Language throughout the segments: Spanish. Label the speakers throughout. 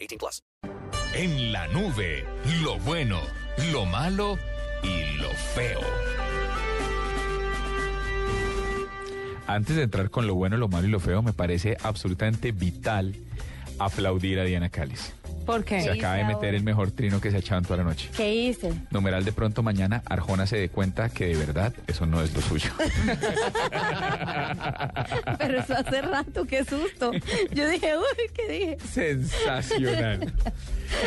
Speaker 1: 18 plus.
Speaker 2: En la nube, lo bueno, lo malo y lo feo.
Speaker 3: Antes de entrar con lo bueno, lo malo y lo feo, me parece absolutamente vital aplaudir a Diana Cáliz.
Speaker 4: ¿Por qué?
Speaker 3: Se acaba de meter el mejor trino que se ha echado en toda la noche.
Speaker 4: ¿Qué hice?
Speaker 3: Numeral de pronto mañana, Arjona se dé cuenta que de verdad eso no es lo suyo.
Speaker 4: Pero eso hace rato, qué susto. Yo dije, uy, ¿qué dije?
Speaker 3: Sensacional.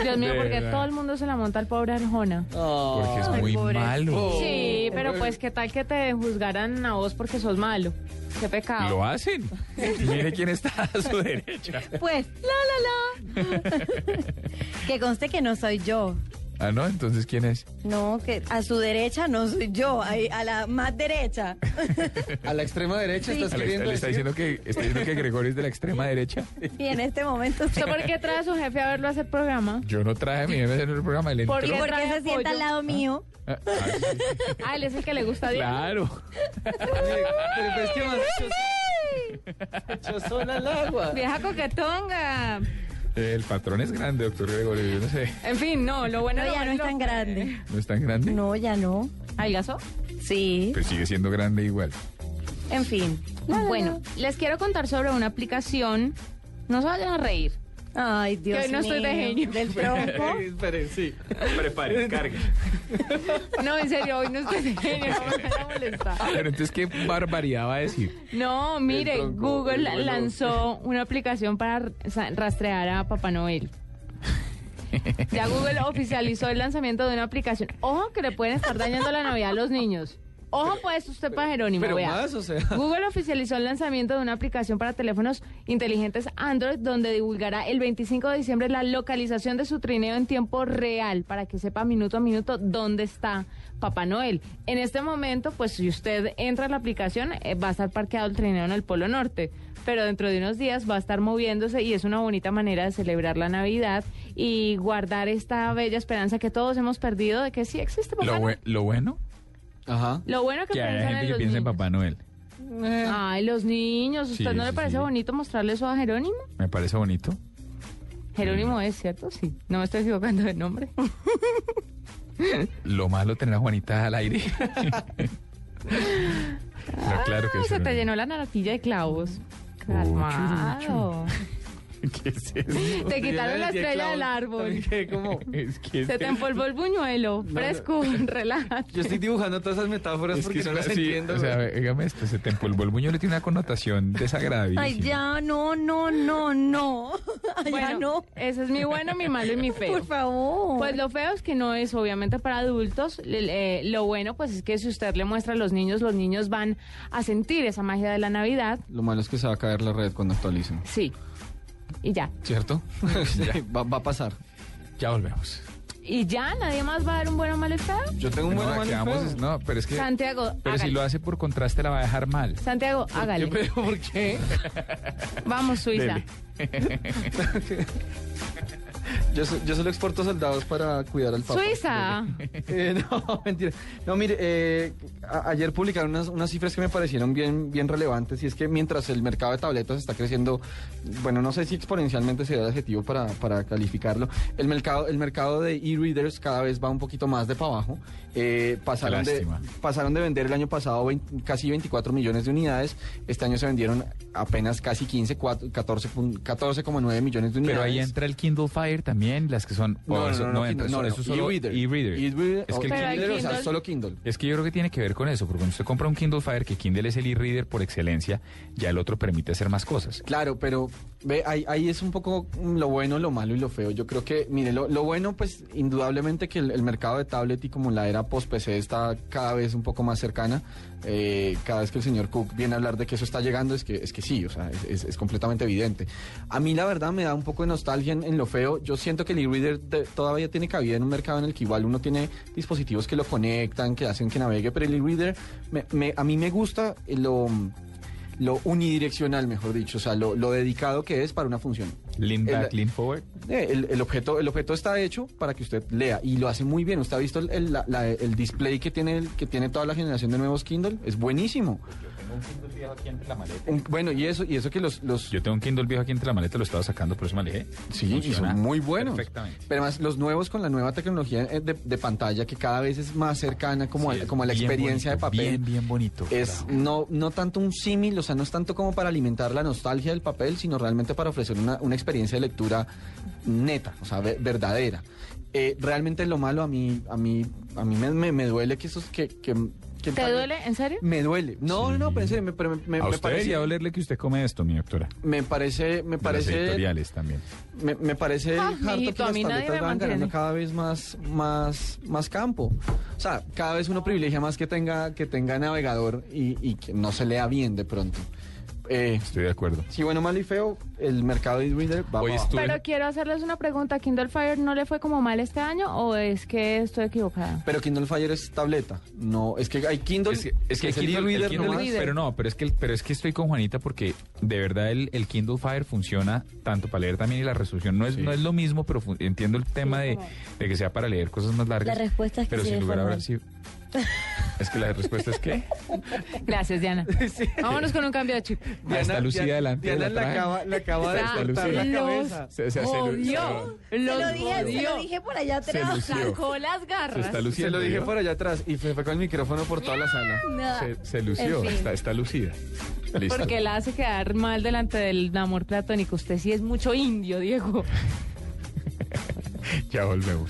Speaker 5: Dios mío,
Speaker 3: De
Speaker 5: porque
Speaker 3: verdad. Oh,
Speaker 5: todo el mundo se la monta al pobre Arjona.
Speaker 3: Porque es muy
Speaker 4: pobre.
Speaker 3: malo.
Speaker 5: Sí, pero pues qué tal que te juzgaran a vos porque sos malo. Qué pecado.
Speaker 3: Lo hacen. Mire quién está a su derecha.
Speaker 4: Pues, la, la, la. que conste que no soy yo.
Speaker 3: Ah, no, entonces quién es.
Speaker 4: No, que a su derecha no soy yo, ahí, a la más derecha.
Speaker 6: A la extrema derecha estás
Speaker 3: Ah, Le está,
Speaker 6: queriendo
Speaker 3: le está
Speaker 6: decir.
Speaker 3: diciendo que está diciendo que Gregorio es de la extrema derecha.
Speaker 4: Y en este momento sí.
Speaker 5: ¿Usted por qué trae a su jefe a verlo hacer programa?
Speaker 3: Yo no traje a mi jefe en el programa, él entró.
Speaker 5: Porque-
Speaker 4: ¿Por qué
Speaker 5: trae
Speaker 4: se sienta
Speaker 5: pollo?
Speaker 4: al lado mío?
Speaker 3: Ah, ah, sí,
Speaker 5: Ah, él es el que le gusta a Dios.
Speaker 3: claro.
Speaker 6: Pero es que más chozona al agua.
Speaker 5: Vieja coquetonga.
Speaker 3: El patrón es grande, doctor Gregorio. Yo no sé,
Speaker 5: En fin, no, lo bueno
Speaker 4: No,
Speaker 5: lo
Speaker 4: ya
Speaker 5: malo
Speaker 4: no es
Speaker 5: y lo
Speaker 4: tan
Speaker 5: feo.
Speaker 4: grande.
Speaker 3: no es tan grande.
Speaker 4: No, ya no.
Speaker 5: ¿Adelgazó?
Speaker 4: Sí,
Speaker 3: Pero sigue siendo grande igual.
Speaker 4: en fin.
Speaker 5: Bueno, les quiero contar sobre una aplicación. No se vayan a reír.
Speaker 4: Ay, Dios
Speaker 5: Que hoy no
Speaker 4: mío.
Speaker 5: estoy de genio.
Speaker 4: Del tronco.
Speaker 6: Esperen, sí.
Speaker 3: Prepare, cargue.
Speaker 5: No, en serio, hoy no estoy de genio, no me van a molestar.
Speaker 3: Pero entonces, ¿qué barbaridad va a decir?
Speaker 5: No, mire, Google lanzó una aplicación para r- sa- rastrear a Papá Noel. Ya Google oficializó el lanzamiento de una aplicación. Ojo que le pueden estar dañando la Navidad a los niños. Ojo pues usted para Jerónimo,
Speaker 6: Pero
Speaker 5: vea.
Speaker 6: más, o sea.
Speaker 5: Google oficializó el lanzamiento de una aplicación para teléfonos inteligentes Android donde divulgará el 25 de diciembre la localización de su trineo en tiempo real para que sepa minuto a minuto dónde está Papá Noel. En este momento, pues si usted entra a la aplicación, eh, va a estar parqueado el trineo en el Polo Norte, pero dentro de unos días va a estar moviéndose y es una bonita manera de celebrar la Navidad y guardar esta bella esperanza que todos hemos perdido de que sí existe Papá
Speaker 3: Lo,
Speaker 5: Noel.
Speaker 3: bue- lo bueno,
Speaker 6: Ajá.
Speaker 5: Lo bueno que,
Speaker 3: que hay
Speaker 5: piensan en
Speaker 3: gente que
Speaker 5: los
Speaker 3: piensa en
Speaker 5: niños.
Speaker 3: Papá Noel.
Speaker 5: Ay, los niños, ¿usted
Speaker 3: Sí,
Speaker 5: no le
Speaker 3: sí,
Speaker 5: parece
Speaker 3: sí.
Speaker 5: bonito mostrarle eso a Jerónimo?
Speaker 3: Me parece bonito.
Speaker 5: Jerónimo es, ¿cierto? Sí, no me estoy equivocando de nombre.
Speaker 3: Lo malo tener a Juanita al aire. Pero claro que
Speaker 5: Ay, Ah, se
Speaker 3: sí,
Speaker 5: te
Speaker 3: ¿no?
Speaker 5: llenó la narquilla de clavos.
Speaker 3: Oh,
Speaker 5: Calmado.
Speaker 3: ¿Qué es eso?
Speaker 5: Te quitaron la estrella del árbol.
Speaker 6: ¿Qué? ¿Cómo?
Speaker 3: Es que
Speaker 5: Se te empolvó el buñuelo. Fresco, relájate.
Speaker 6: Yo estoy dibujando todas esas metáforas
Speaker 3: es que
Speaker 6: porque no las
Speaker 3: suena así,
Speaker 6: entiendo.
Speaker 3: O sea, dígame esto, se te empolvó el buñuelo tiene una connotación desagradável.
Speaker 4: Ay, ya, no, no, no, no. Ay, ya
Speaker 5: Bueno,
Speaker 4: no.
Speaker 5: ese es mi bueno, mi malo y mi feo.
Speaker 4: Por favor.
Speaker 5: Pues lo feo es que no es obviamente para adultos. Le- eh, lo bueno pues es que si usted le muestra a los niños, los niños van a sentir esa magia de la Navidad.
Speaker 6: Lo malo es que se va a caer la red cuando actualicen.
Speaker 5: Sí. Y ya.
Speaker 6: ¿Cierto? Sí, va, va a pasar.
Speaker 3: Ya volvemos.
Speaker 5: ¿Y ya? ¿Nadie más va a dar un bueno, malo y feo?
Speaker 6: Yo tengo un
Speaker 3: No,
Speaker 6: buen mano y
Speaker 3: quedamos-
Speaker 6: feo.
Speaker 3: no, pero es que
Speaker 5: Santiago,
Speaker 3: pero si
Speaker 5: hágale.
Speaker 3: lo hace por contraste la va a dejar mal.
Speaker 5: Santiago, hágale.
Speaker 6: ¿Pero por qué?
Speaker 5: Vamos, Suiza.
Speaker 3: Dele.
Speaker 6: Yo, so- yo solo exporto soldados para cuidar al papá.
Speaker 5: Suiza.
Speaker 6: Eh, no, mentira. No, mire, eh, a- ayer publicaron unas, unas cifras que me parecieron bien, bien relevantes y es que mientras el mercado de tabletas está creciendo, bueno, no sé si exponencialmente sería el adjetivo para, para calificarlo, el mercado, el mercado de e-readers cada vez va un poquito más de para abajo. Eh, pasaron, de,
Speaker 3: lástima.
Speaker 6: pasaron de vender el año pasado 20 casi 24 millones de unidades, este año se vendieron apenas casi 15, cuatro- 14 pun- 14,9 millones de unidades.
Speaker 3: Pero ahí entra el Kindle Fire también, las que son oh, eso entra, eso- eso solo
Speaker 6: E-reader.
Speaker 3: e-reader.
Speaker 6: E-reader,
Speaker 3: Es que el
Speaker 5: Pero
Speaker 6: o
Speaker 3: Kindle-
Speaker 5: el
Speaker 6: Kindle, o sea,
Speaker 5: Kindle-
Speaker 6: solo Kindle.
Speaker 3: es que yo creo que tiene que ver con eso, porque cuando usted compra un Kindle Fire, que Kindle es el e-reader por excelencia, ya el otro permite hacer más cosas.
Speaker 6: Pues Claro, pero Ve, ahí, ahí es un poco mm, lo bueno, lo malo y lo feo. Yo creo que, mire, lo, lo bueno, pues indudablemente que el, el mercado de tablet y como la era post-PC está cada vez un poco más cercana. Eh, cada vez que el señor Cook viene a hablar de que eso está llegando, es que, es que sí, o sea, es, es- es completamente evidente. A mí la verdad me da un poco de nostalgia en, en lo feo. Yo siento que el e-reader de- todavía tiene cabida en un mercado en el que igual uno tiene dispositivos que lo conectan, que hacen que navegue, pero el e-reader me- me- a mí me gusta lo lo unidireccional, mejor dicho, o sea, lo, lo dedicado que es para una función.
Speaker 3: Lean
Speaker 6: El-
Speaker 3: back, lean forward.
Speaker 6: Eh, El, el objeto, el objeto está hecho para que usted lea y lo hace muy bien. Usted ha visto el, el- la- la- el display que tiene, el- que tiene toda la generación de nuevos Kindle, es buenísimo. Un- bueno, y eso, y eso que los, los
Speaker 3: Yo tengo un Kindle viejo aquí entre la maleta, lo estaba sacando, por eso me alejé.
Speaker 6: Sí, y
Speaker 3: Funciona
Speaker 6: son muy buenos.
Speaker 3: Perfectamente.
Speaker 6: Pero además, los nuevos con la nueva tecnología eh, de, de pantalla que cada vez es más cercana como,
Speaker 3: Sí,
Speaker 6: a,
Speaker 3: es
Speaker 6: como a la
Speaker 3: bien
Speaker 6: experiencia
Speaker 3: bonito,
Speaker 6: de papel.
Speaker 3: bien, bien bonito,
Speaker 6: Es
Speaker 3: bravo.
Speaker 6: no, no tanto un símil, o sea, no es tanto como para alimentar la nostalgia del papel, sino realmente para ofrecer una, una experiencia de lectura neta, o sea, ve- verdadera. Eh, realmente lo malo a mí, a mí, a mí me, me- me duele que esos que... que que-
Speaker 5: ¿Te duele? ¿En serio?
Speaker 3: Mm,
Speaker 6: Me duele. No, no, no, pero en serio, me, pero me- me-
Speaker 3: a
Speaker 6: me
Speaker 3: usted
Speaker 6: parece...
Speaker 3: debería dolerle que usted come esto, mi doctora. De
Speaker 6: Me parece, me
Speaker 3: las
Speaker 6: parece
Speaker 3: editoriales también.
Speaker 6: me, me parece
Speaker 5: Ah,
Speaker 6: harto
Speaker 5: mijito,
Speaker 6: que
Speaker 5: a
Speaker 6: las
Speaker 5: mí nadie
Speaker 6: tabletas
Speaker 5: me
Speaker 6: van ganando
Speaker 5: mantiene.
Speaker 6: cada vez más, más, más campo. O sea, cada vez uno privilegia más que tenga, que tenga navegador y, y que no se lea bien de pronto. Eh,
Speaker 3: Estoy de acuerdo.
Speaker 6: sí, bueno, mal y feo, el mercado de e-reader va
Speaker 3: Hoy
Speaker 6: para abajo.
Speaker 3: estuve-
Speaker 5: Pero quiero hacerles una pregunta. ¿Kindle Fire no le fue como mal este año o es que estoy equivocada?
Speaker 6: Pero Kindle Fire es tableta. No, es que hay Kindle,
Speaker 3: Es que, es que el Kindle, el
Speaker 6: e-reader
Speaker 3: Kindle-
Speaker 6: nomás.
Speaker 5: Reader.
Speaker 3: pero no, pero es que el- pero es que estoy con Juanita porque de verdad el, el Kindle Fire funciona tanto para leer también y la resolución no es no es lo mismo, pero fu- entiendo el tema de, de que sea para leer cosas más largas.
Speaker 4: La respuesta es que
Speaker 3: pero
Speaker 4: sí
Speaker 3: sin
Speaker 4: le fue
Speaker 3: lugar a
Speaker 4: mal.
Speaker 3: ver si es que la respuesta es que
Speaker 5: Gracias, Diana. Vámonos con un cambio de chip.
Speaker 3: hasta Lucía adelante la
Speaker 6: Diana la
Speaker 3: traen.
Speaker 6: acaba, la acaba de
Speaker 3: Hasta
Speaker 6: cortar
Speaker 3: Lucía.
Speaker 6: la
Speaker 5: Los-
Speaker 6: cabeza.
Speaker 3: se, se- se- se-
Speaker 5: Jodió.
Speaker 4: Se
Speaker 5: Los
Speaker 4: lo dije, se lo
Speaker 5: jodió.
Speaker 4: dije por allá atrás.
Speaker 3: lució.
Speaker 5: Sacó las
Speaker 3: se
Speaker 5: garras.
Speaker 3: está
Speaker 6: Se
Speaker 3: luciendo.
Speaker 6: lo dije
Speaker 3: ¿no?
Speaker 6: por allá atrás y se fue con el micrófono por toda la sala.
Speaker 4: Nada.
Speaker 3: se, se lució,
Speaker 4: En fin.
Speaker 3: está, está lucida. Listo.
Speaker 5: Porque la hace quedar mal delante del amor platónico. Usted sí es mucho indio, Diego.
Speaker 3: Ya volvemos.